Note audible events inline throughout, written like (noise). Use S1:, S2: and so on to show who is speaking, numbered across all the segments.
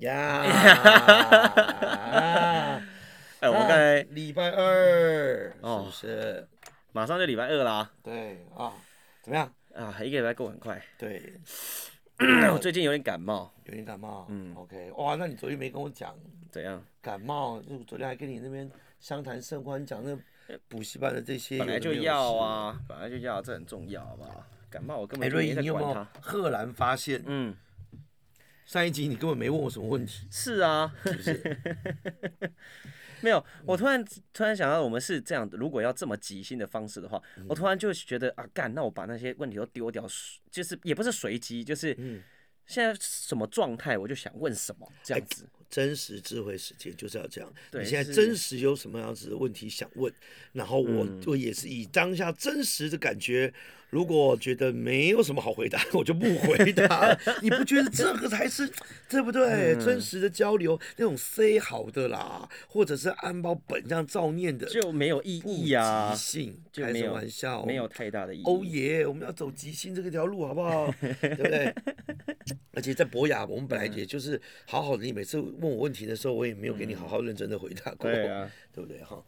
S1: 呀！
S2: (laughs) 哎，
S1: 嗯
S2: 我们刚才
S1: 啊礼拜二是
S2: 哦
S1: 不是？
S2: 马上就礼拜二啦，
S1: 对啊，怎么样？
S2: 啊，一个礼拜过
S1: (coughs)
S2: 很快。
S1: 对，
S2: 我最近有点感冒，
S1: 有点感冒。
S2: 嗯
S1: ，OK，哇，那你昨天没跟我讲
S2: 怎样？
S1: 感冒，就昨天还跟你那边相谈甚欢，讲那补习班的这些，
S2: 本来就
S1: 有的没有
S2: 要啊，本来就要，这很重要，好不好？感冒我根
S1: 的事。哎，
S2: 本
S1: 瑞
S2: 就
S1: 颖，
S2: 没在
S1: 你有没
S2: 管
S1: 有
S2: 它。
S1: 赫然发现
S2: 嗯，
S1: 上一集你根本没问我什么问题？
S2: 是啊， (laughs)
S1: 是不是？
S2: 没有，我突然突然想到，我们是这样的，如果要这么即兴的方式的话，
S1: 嗯
S2: 我突然就觉得啊，干，那我把那些问题都丢掉，就是也不是随机，就是
S1: 嗯
S2: 现在什么状态，我就想问什么这样子。
S1: 真实智慧时间就是要这样。
S2: 对
S1: 你现在
S2: 是
S1: 真实有什么样子的问题想问，然后我、
S2: 嗯
S1: 我也是以当下真实的感觉，如果觉得没有什么好回答， (laughs) 我就不回答了。你不觉得这个才是对不对？
S2: 嗯
S1: 真实的交流那种 say 好的啦，或者是按照本这样照念的，
S2: 就没有意
S1: 哎不
S2: 义啊
S1: 即，兴
S2: 就
S1: 开
S2: 没
S1: 什么
S2: 有
S1: 玩笑，哦
S2: 没有太大的意义。
S1: 欧耶，我们要走即兴这个条路，好不好？对不对？而且在博雅，我们
S2: 嗯
S1: 本来也就是好好的，你每次问我问题的时候，我也没有给你好好认真的回答过，
S2: 嗯对啊，
S1: 对不对？哈，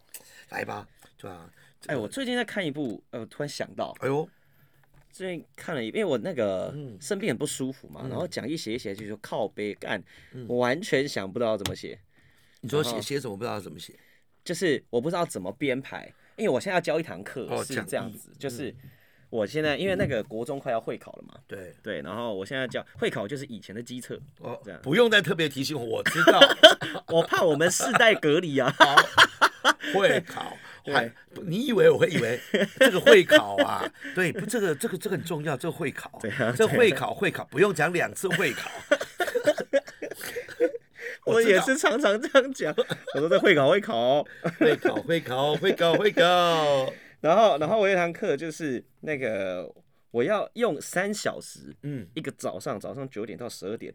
S1: 来吧，对吧？
S2: 哎，我最近在看一部，呃，我突然想到，
S1: 哎呦，
S2: 最近看了一，因为我那个
S1: 嗯
S2: 生病很不舒服嘛，然后讲义写一写就说靠背干，
S1: 嗯
S2: 我完全想不到怎么写，
S1: 你说
S2: 然后
S1: 写写什么？不知道怎么写。
S2: 就是我不知道怎么编排，因为我现在要教一堂课
S1: 哦
S2: 是
S1: 讲嗯义
S2: 这样子，就是我现在因为那
S1: 嗯
S2: 个国中快要会考了嘛，
S1: 对，
S2: 对，然后我现在教会考就是以前的基测，
S1: 哦
S2: 这样，
S1: 不用再特别提醒我，我知
S2: (laughs)
S1: 道
S2: 我怕我们世代隔离
S1: (laughs)
S2: 啊，
S1: 会考。
S2: 对
S1: 还不你以为我会以
S2: (laughs)
S1: 为这个会考啊？对，不，这个这个这个很重要，这个会考，
S2: 啊
S1: 这会考会考不用讲两次会
S2: (laughs)
S1: 考，
S2: 我
S1: 知
S2: 也
S1: 道
S2: 是常常这样讲，我说这会考会考哦、
S1: 会考会考会考会考，
S2: 然后然后我有一堂课就是那个我要用三小时
S1: 嗯。
S2: 一个早上，早上九点到十二点，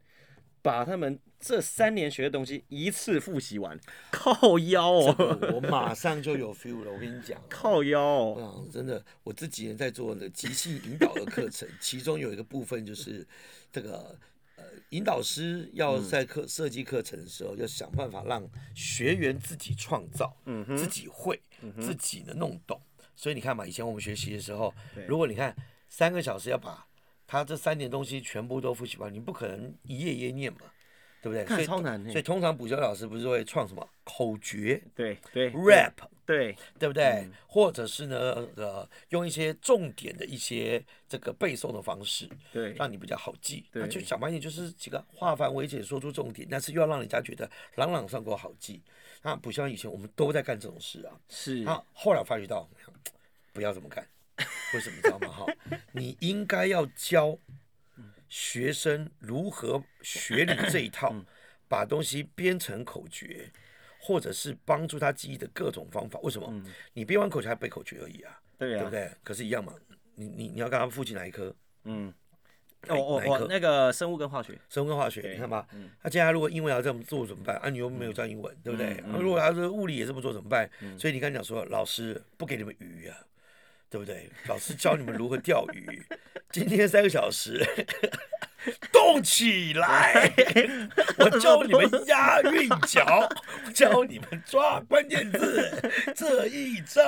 S2: 把他们这三年学的东西一次复习完，靠腰哦，
S1: 我马上就有 feel 了，我跟你讲。
S2: 靠腰
S1: 我
S2: 哦，
S1: 想真的，我自己人在做的即兴引导的课程，其中有一个部分就是这个呃，引导师要
S2: 嗯
S1: 在课设计课程的时候，要想办法让学员自己创造，
S2: 嗯
S1: 自己会，自己能弄懂。所以你看嘛，以前我们学习的时候
S2: 对，
S1: 如果你看三个小时要把他这三点东西全部都复习完，你不可能一页一页念嘛，对不对？
S2: 看
S1: 所以
S2: 超难欸
S1: 所以通常补教老师不是会创什么口诀、
S2: 对对
S1: rap，
S2: 对
S1: 对不对？或者是呢，呃，用一些重点的一些这个背诵的方式，
S2: 对
S1: 让你比较好记。
S2: 对
S1: 那就想半天就是几个化繁为简，说出重点，但是又要让人家觉得朗朗上口、好记。那不像以前我们都在干这种事啊。
S2: 是
S1: 那后来我发觉到，不要这么
S2: (laughs)
S1: 干，为什么你知道吗？哈，你应该要教学生如何学你这一套，
S2: 嗯
S1: 把东西编成口诀，或者是帮助他记忆的各种方法。为什么？你编完口诀还背口诀而已啊，
S2: 嗯对
S1: 对
S2: 啊
S1: 不，对？可是，一样嘛，你你你要跟他复习哪一科？
S2: 嗯，
S1: 哪
S2: 我
S1: 一
S2: 我
S1: 哎哪一
S2: 我
S1: 科？
S2: 那个生物跟化学，
S1: 生物跟化学，你看吧，他接下来如果英文要这么做怎么办？啊，你又没有教英文，对不对？啊如果他是物理也这么做怎么办？所以你刚才讲说，老师不给你们鱼啊，对不对？老师教你们如何钓鱼， (laughs) 今天三个小时。 (laughs) 动起来！我教你们押韵脚，教你们抓关键字。这一章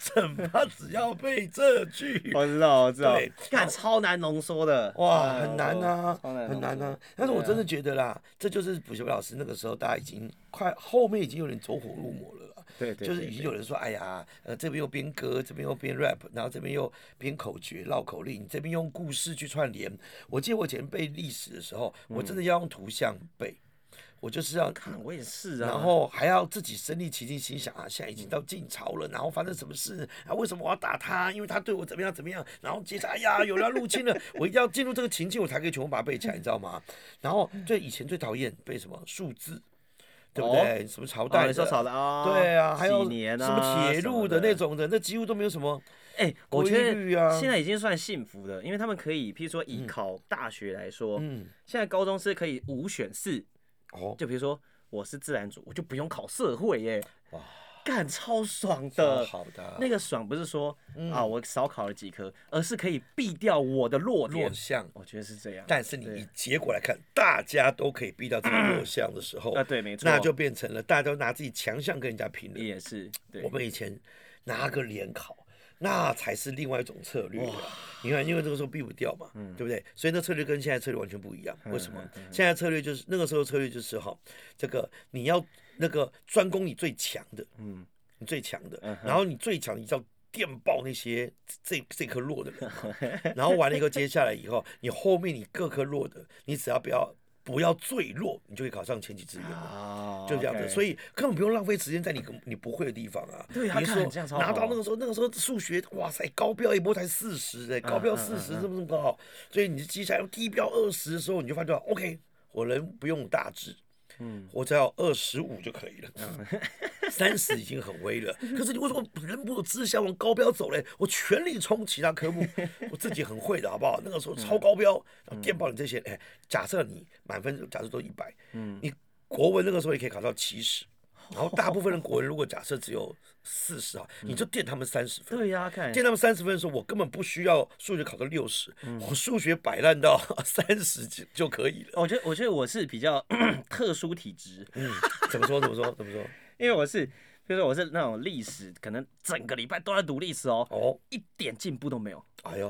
S1: 怎么只要背这句？
S2: 我知道我知道
S1: 对，
S2: 看超难浓缩的，
S1: 哇，
S2: 哎
S1: 很难啊，
S2: 超难
S1: 很难
S2: 浓缩
S1: 啊。但是我真的觉得啦，这就是补习班老师那个时候，大家已经快后面已经有点走火入魔了啦。
S2: 对对，
S1: 就是
S2: 对
S1: 已经有人说，哎呀，呃，这边又编歌，这边又编 rap，然后这边又编口诀、绕口令，这边用故事去串联。我记得我以前背历史的时候，我真的
S2: 嗯
S1: 要用图像背，我就是要
S2: 看我也是啊，
S1: 然后还要自己身临其境，心想啊，现在已
S2: 嗯
S1: 经到晋朝了，然后发生什么事啊？为什么我要打他？因为他对我怎么样怎么样？然后接着，哎呀，有人要入侵了，我一定要进入这个情境，我才可以全部把它背起来，你知道吗？然后最以前最讨厌背什么数字，对不对？什么朝
S2: 嗯哦
S1: 代
S2: 你说
S1: 的？
S2: 少的啊，
S1: 对啊，还有
S2: 几年啊
S1: 什么铁路
S2: 的
S1: 的那种的，那几乎都没有什么。
S2: 哎、我觉
S1: 规律啊
S2: 得现在已经算幸福了，因为他们可以，譬如说以考大学来说，
S1: 嗯，
S2: 现在高中是可以五选四，
S1: 哦，
S2: 就比如说我是自然组，我就不用考社会耶、
S1: 哇
S2: 干超爽
S1: 超
S2: 的。
S1: 好嗯的，
S2: 那个爽不是说啊我少考了几科，而是可以避掉我的弱
S1: 弱
S2: 点。
S1: 项。
S2: 我觉得是这样。
S1: 但是你以结果来看，大家都可以逼到自己弱项的时候，
S2: 啊对没错
S1: 那就变成了大家都拿自己强项跟人家拼了。
S2: 也是对
S1: 我，们以前拿个联考，那才是另外一种策略啊。你看，因为那个时候避不掉嘛，
S2: 嗯
S1: 对不对？所以那策略跟现在策略完全不一样。为什么？现在策略就是那个时候策略就是哈，这个你要那个专攻你最强的，
S2: 嗯，
S1: 你最强的，然后你最强，你要电爆那些这这颗弱的人嘛，
S2: (laughs)
S1: 然后完了以后，接下来以后，你后面你各颗弱的，你只要不要不要最弱，你就可以考上前几志愿了。
S2: 啊
S1: 就这样子，所
S2: 以
S1: 以根本不用浪费时间在你你不会的地方啊。
S2: 对啊
S1: 比如
S2: 看这样超
S1: 说拿到
S2: 好
S1: 那个时候，那个时候数学，哇塞，高标一波才四十哎，高标
S2: 嗯嗯
S1: 四十这么这么高，所以你接下来低标二十的时候，你就发觉到 OK，我人不用大志，
S2: 嗯，
S1: 我只要二十五就可以了，三十已经很微了。可是你为什么人不有志向往高标走嘞？我全力冲其他科目， (laughs) 我自己很会的好不好？那个时候超高标，
S2: 嗯
S1: 然后电报你这些，哎，假设你满分假设都一百，
S2: 嗯
S1: 你国文那个时候也可以考到七十。然后大部分的国文如果假设只有四十啊，你就垫他们三十分。
S2: 嗯对呀，看
S1: 垫他们三十分的时候，我根本不需要数学考到六十，
S2: 嗯
S1: 我数学摆烂到 (laughs) 三十就就可以了。
S2: 我觉得，我觉得我是比较 (clears throat) 特殊体质，
S1: 嗯， (laughs) 怎么说？怎么说？怎么说？
S2: 因为我是，比如说我是那种历史，可能整个礼拜都在读历史哦，
S1: 哦，
S2: 一点进步都没有。
S1: 哎呦，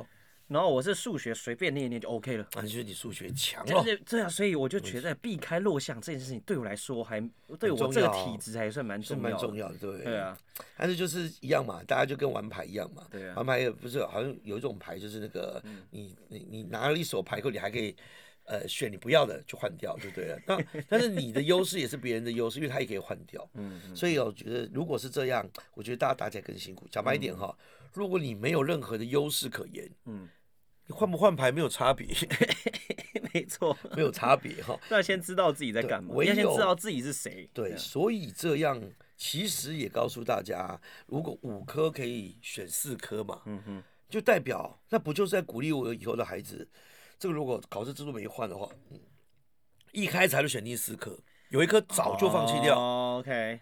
S1: 然
S2: 然后我是数学随便念一念就 OK 了，
S1: 后就是你数学强哦
S2: 对
S1: 了，
S2: 对对啊，所以我就觉得避开弱项这件事情对我来说还对我
S1: 重
S2: 这个
S1: 要
S2: 体质还算蛮
S1: 是
S2: 重
S1: 蛮
S2: 要
S1: 重
S2: 的。
S1: 要的，对不对？
S2: 对啊，
S1: 但是就是一样嘛，大家就跟玩牌一样嘛。
S2: 对啊嗯
S1: 玩牌也不是好像有一种牌，就是那个、你你你拿了一手牌以后，你还可以呃选你不要的就换掉，对不对了？那但是你的优势也是别人的优势，因为他也可以换掉。嗯所以我觉得如果是这样，我觉得大家打起来更辛苦。讲白一点哈，如果你没有任何的优势可言，
S2: 嗯，
S1: 你换不换牌没有差别，
S2: (laughs)
S1: (laughs)
S2: 没错，
S1: 没有差别哈。
S2: 要先知道自己在干嘛，
S1: 唯
S2: 要先
S1: 有
S2: 知道自己是谁。
S1: 对，所以这样其实也告诉大家，如果五科可以选四科嘛，嗯哼，就代表那不就是在鼓励我以后的孩子，这个如果考试制度没换的话，嗯一开始他就选第四科，有一科早就放弃掉，
S2: 哦 OK，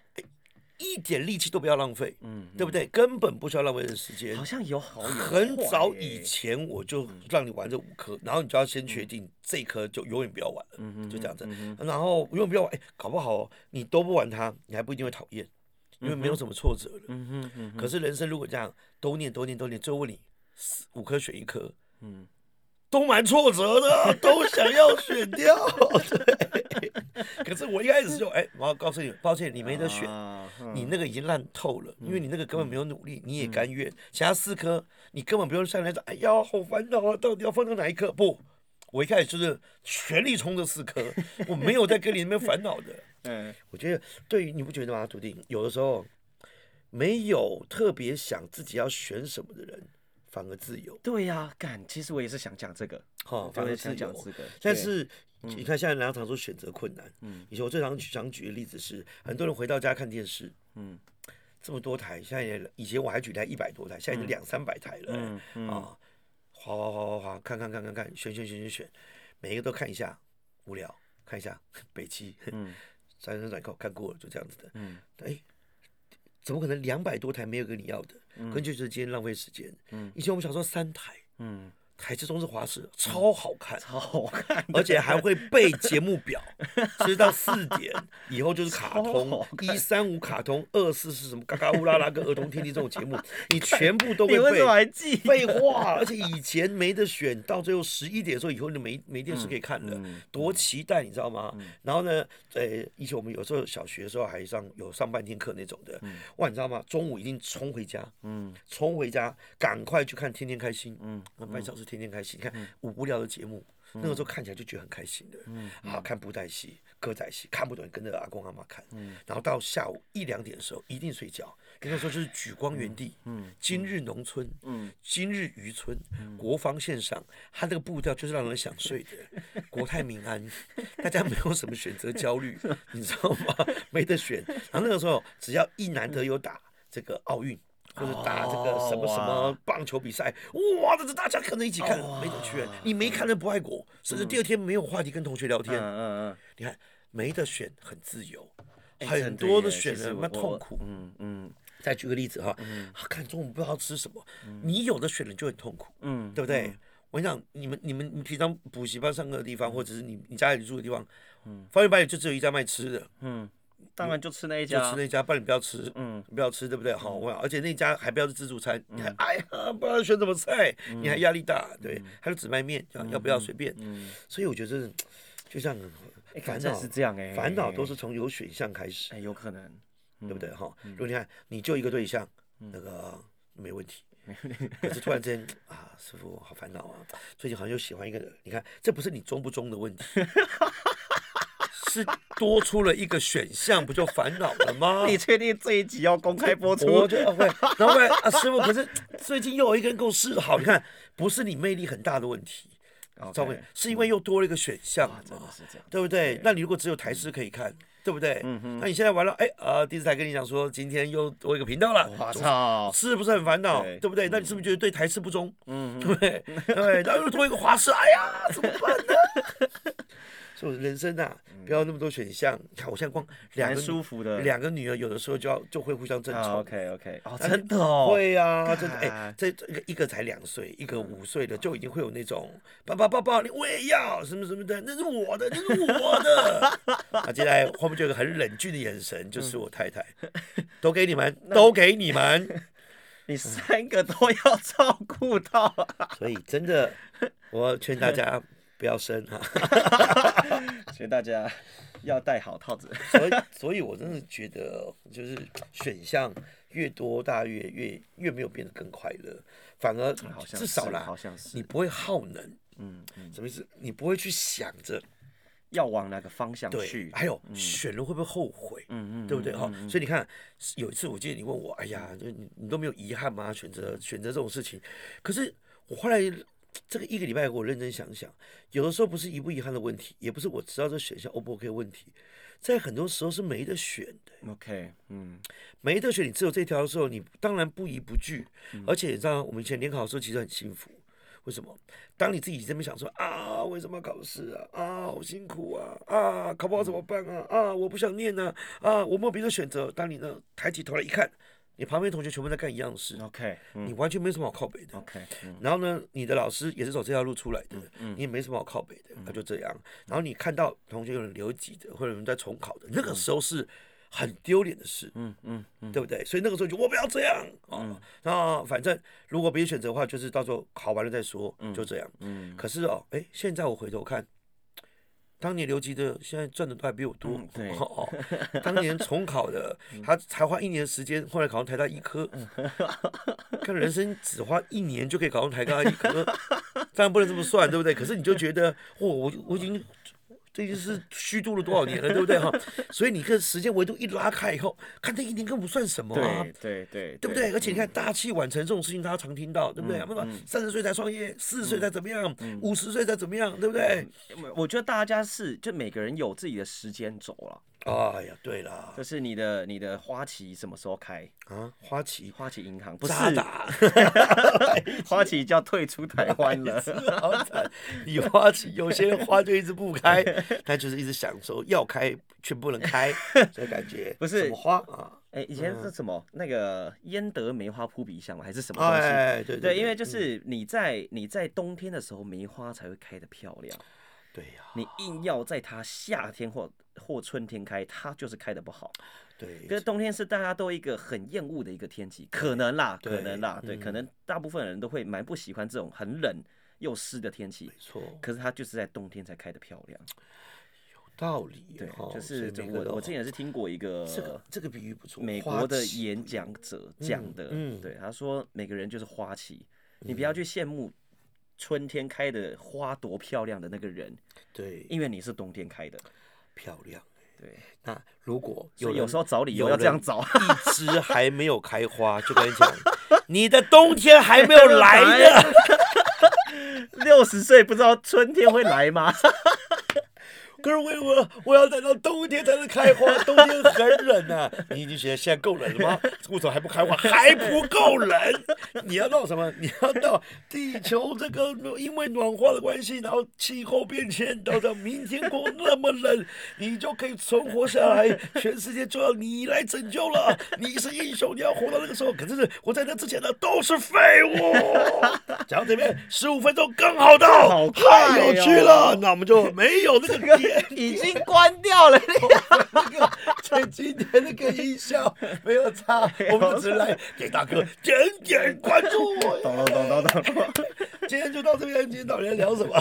S1: 一点力气都不要浪费，
S2: 嗯，
S1: 对不对？根本不需要浪费的时间
S2: 好。像有好有
S1: 很
S2: 坏
S1: 早
S2: 耶
S1: 以前我就让你玩这五
S2: 嗯
S1: 科，然后你就要先确定这一科就永远不要玩了，就这样子。
S2: 嗯
S1: 然后永远不要玩，哎，搞不好你都不玩它，你还不一定会讨厌，因为没有什么挫折了。
S2: 嗯哼嗯
S1: 可是人生如果这样都念都念都念，最后问你四五科选一科，
S2: 嗯
S1: 都蛮挫折
S2: (laughs)
S1: 的，都想要选掉。对，可是我一开始就哎，我要告诉你，抱歉，你没得选。
S2: 啊嗯
S1: 你那个已经烂透了，因为你那个根本没有努力，你也甘愿。其他四科你根本不用上来说，哎呀，好烦恼啊，到底要放到哪一科？不，我一开始就是全力冲这四科，我没有在跟你那边烦恼的。
S2: 嗯
S1: 我觉得对于你不觉得吗，徒弟？有的时候没有特别想自己要选什么的人，反而自由，
S2: 对呀、干，其实我也是想讲这个，
S1: 哈，
S2: 我
S1: 反而
S2: 也哦想
S1: 自
S2: 讲
S1: 由
S2: 这。个，
S1: 但
S2: 对嗯
S1: 是你看现在人家常说选择困难，嗯，以前我最常举常举的例子是，很多人回到家看电视，
S2: 嗯，
S1: 这么多台，现在也以前我还举台一百多台，现在已经两三百台了、欸
S2: 嗯嗯
S1: 啊，滑滑滑滑滑，看看看看看，选选选选选，每一个都看一下，无聊，看一下北七，
S2: 嗯
S1: (laughs) 三三转扣看过了，就这样子的，
S2: 嗯
S1: 哎、怎么可能两百多台没有一个你要的？根据就是今天浪费时间。
S2: 嗯
S1: 以前我们小时候三台，
S2: 嗯，
S1: 台式、中式、华式，超好看，
S2: 超好看 (laughs) 的，
S1: 而且还会背节目表，直到四点以后就是卡
S2: 超
S1: 通
S2: 好，
S1: 一三五卡通，二四是什么？嘎嘎乌拉拉跟儿童天地这种节
S2: (laughs)
S1: 目，你全部都
S2: 你
S1: 会
S2: 为什么
S1: 背。
S2: 还记？
S1: 废话，而且以前没得选，到最后十一点的时候，以后就没没
S2: 嗯
S1: 电视可以看了，多期待，你知道吗？然后呢，呃，以前我们有时候小学的时候还上有上半天课那种的，哇，你知道吗？中午一定冲回家，
S2: 嗯
S1: 冲回家，赶快去看《天天开心》。
S2: 嗯
S1: 嗯，那半小时《天天开心》，你看无无聊的节目，那个时候看起来就觉得很开心的。嗯，啊，看布袋戏、歌仔戏，看不懂跟着阿公阿妈看。嗯，然后到下午一两点的时候一定睡觉，因为那时候就是举光原地，嗯，今日农村，嗯，今日渔村，国防线上，他那个步调就是让人想睡 (laughs) 的，国泰民安，大家没有什么选择焦 (laughs) 虑，你知道吗？没得选。然后那个时候只要一难得有打这个奥运。或者打这个什么什么棒球比赛，哇，这这大家可能一起看，没得选，你没看的不爱
S2: 嗯
S1: 国，甚至第二天没有话题跟同学聊天，
S2: 嗯嗯
S1: 你看没得选，很自由。
S2: 哎
S1: 很
S2: 真的
S1: 多
S2: 耶
S1: 的
S2: 其
S1: 选
S2: 实
S1: 人
S2: 我
S1: 蛮
S2: 我
S1: 痛苦。
S2: 嗯嗯
S1: 再举个例子哈，啊看中午不知道吃什么，你有的选人就很痛苦，
S2: 嗯，嗯
S1: 对不对？我想你们、你们、你平常补习班上课的地方，或者是你你家里住的地方，方圆百里就只有一家卖吃的，
S2: 当然就吃那一
S1: 就
S2: 家
S1: 吃
S2: 啊，
S1: 那家，不然你不要吃，
S2: 嗯
S1: 不要吃，对不对？好，我想而且那家还不要是自助餐，你还哎呀，不知道选什么菜，你还压力大，对，他就只卖面，啊要要不要随便，所以我觉得这就像
S2: 哎
S1: 烦
S2: 反
S1: 恼
S2: 正是这样哎，
S1: 烦恼都是从有选项开始，
S2: 哎有可能，
S1: 对不对？哈，如果你看你就一个对象，那个嗯 (laughs) 没问题。可是突然之间啊，师傅好烦恼啊！最近好像又喜欢一个人，你看，这不是你中不中的 (laughs) 问题，是多出了一个选项，不就烦恼了吗？
S2: 你确定这一集要公开播
S1: 我
S2: 出？
S1: 就哦会，然后会啊，师傅，可是最近又有一个人跟我示好，你看，不是你魅力很大的问题，赵薇，是因为又多了一个选项嘛，
S2: 真的是 (laughs) 嗯这样，
S1: 对不对？那你如果只有台式可以看，对不对？
S2: 嗯
S1: 那你现在完了，哎啊，电视台跟你讲说今天又多一个频道了，
S2: 我操，
S1: 是不是很烦恼？
S2: 对嗯
S1: 对不对？那你是不是觉得对台式不忠？嗯，对不对，
S2: (laughs)
S1: 对，然后又多一个华视，哎呀，怎么办呢？ (laughs) 所以我的人生啊，不要那么多选项。你看我现在光两
S2: 蛮
S1: 个
S2: 嗯舒服的。
S1: 两个女儿，有的时候就要就会互相争
S2: 啊
S1: 宠。
S2: ，OK OK，哦，
S1: 那
S2: 真的哦，
S1: 会啊，真的哎
S2: 干，
S1: 这这个一个才两岁，一个五岁的就已经会有那种爸爸爸爸，你我也要什么什么的，那是我的，那是我的。
S2: (laughs)
S1: 啊，接下来后面就有个很冷峻的眼神，
S2: 嗯
S1: 就是我太太，都给你
S2: (laughs)
S1: 们，都给你们。
S2: 你三个都要照顾到啊，
S1: 所以真的，我劝大家不要生啊。
S2: (laughs) 所以大家要戴好套子。
S1: 所以，所以我真的觉得，就是选项越多，大家越越越没有变得更快乐，反而
S2: 好像
S1: 至少
S2: 是
S1: 啦，
S2: 好像是
S1: 你不会耗能。
S2: 嗯，嗯
S1: 什么意思？你不会去想着
S2: 要往哪个方向
S1: 对
S2: 去，？
S1: 还有选了会不会后悔，
S2: 嗯嗯嗯，
S1: 对不对
S2: 嗯
S1: 哈？所以你看，有一次我记得你问我，哎呀，就你你都没有遗憾吗？选
S2: 嗯
S1: 择选择这种事情，可是我后来这个一个礼拜，我认真想想，有的时候不是遗不遗憾的问题，也不是我知道这选项 O 不 OK 的问题，在很多时候是没得选的，
S2: OK，嗯，
S1: 没得选，你只有这条的时候，你当然不疑不惧，
S2: 嗯
S1: 而且你知道我们以前联考的时候其实很幸福。为什么？当你自己这边想说啊，为什么要考试啊？啊，好辛苦啊！啊，考不好怎么办啊？啊，我不想念啊！啊，我没有别的选择。当你呢抬起头来一看，你旁边同学全部在干一样的事，
S2: OK，嗯
S1: 你完全没什么好靠北的。
S2: ，OK，嗯
S1: 然后呢，你的老师也是走这条路出来的，你也没什么好靠北的，
S2: 嗯
S1: 那就这样。然后你看到同学有人留级的，或者有人在重考的，那个时候是很丢脸的事，
S2: 嗯嗯嗯，
S1: 对不对？所以那个时候就我不要这样啊。那反正如果别选择的话，就是到时候考完了再说，就这样。
S2: 嗯
S1: 可是哦，哎，现在我回头看，当年留级的现在赚的都还比我多
S2: 嗯。对嗯
S1: 哦， (laughs) 当年重考的，他才花一年时间，后来考上台大医科。看人生只花一年就可以考上台大医科，当然不能这么算，对不对？可是你就觉得，哇，我我已经。这就是虚度了多少年了，对不对哈？所以你跟时间维度一拉开以后，看这一年根本不算什么啊，
S2: 对对对，嗯
S1: 对不对？而且你看大器晚成这种事情，大家常听到，对不对？那么三十岁才创业，四
S2: 嗯
S1: 十岁才怎么样，五十岁才怎么样，对不对？
S2: 我我觉得大家是就每个人有自己的时间轴了，
S1: 哎呀，对啦，
S2: 就是你的你的花旗什么时候开？
S1: 啊，花旗
S2: 花旗银行不是
S1: 渣打， (laughs)
S2: 花旗就要退出台湾了，
S1: 好惨！你花旗有些人花就一直不开，
S2: (laughs)
S1: 他就是一直想说要开却不能开，这感觉
S2: 不是
S1: 怎么花啊？
S2: (laughs) 哎，以前是什么那个焉得梅花扑鼻香嘛，还是什么东西？
S1: 哎，对
S2: 对，因嗯为
S1: 对
S2: 就是你在你在冬天的时候，梅花才会开得漂亮。
S1: 对呀，
S2: 你硬要在它夏天或或春天开，它就是开的不好。
S1: 对
S2: 可，是冬天是大家都一个很厌恶的一个天气，可能啦，
S1: 对嗯
S2: 可能啦，对，可能大部分人都会蛮不喜欢这种很冷又湿的天气
S1: 没。错，
S2: 可是它就是在冬天才开的漂亮，
S1: 道理
S2: 对，
S1: 哦
S2: 就
S1: 所以
S2: 是
S1: 每个都
S2: 我我之前也是听过一个
S1: 这个这个比喻不错，
S2: 美
S1: 花
S2: 国的
S1: 旗
S2: 演讲者讲的，
S1: 嗯
S2: 对，他说每个人就是花旗，你不要去羡慕春天开的花多漂亮的那个人，
S1: 对
S2: 因为你是冬天开的，
S1: 漂亮。
S2: 对，
S1: 那如果
S2: 所
S1: 有
S2: 以有
S1: 人
S2: 时候找理由
S1: 有
S2: 要这样
S1: 人
S2: 找。
S1: 一枝还没有开花，就跟你讲，你的冬天还没有来呢。
S2: (laughs)
S1: (laughs)
S2: 呢。六十岁不知道春天会来吗？
S1: 可是为我我要等到冬天才能开花，冬天很冷
S2: (laughs)
S1: 呐、你已经觉得现在够冷了吗？为什么还不开花？还不够冷？ (laughs) 你要到什么？你要到地球这个因为暖化的关系，然后气候变迁，到到明天过那么冷， (laughs) 你就可以存活下来，全世界就要你来拯救了。 (laughs) 你是英雄，你要活到那个时候。可是我在那之前呢，都是废物。讲到这边十五分钟刚好到，
S2: 好快哦
S1: 太有趣了。啊那我们就没有那个点。
S3: 已经关掉了。
S1: 那个在今天那个音效没有差，我们就只是来给大哥点点关注。
S3: 懂了，懂了，懂了。
S1: 今天就到这边，今天到底在聊什么？ (laughs)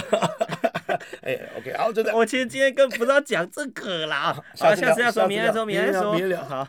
S1: 哎，OK，好，就这样。
S2: 我其实今天更不知道讲这个啦。好，
S1: 下次聊下
S2: 下次要说，
S1: 次
S2: 明天
S1: 聊
S2: 说，明天
S1: 啊明天聊
S2: 说
S1: 明天。聊
S2: 好。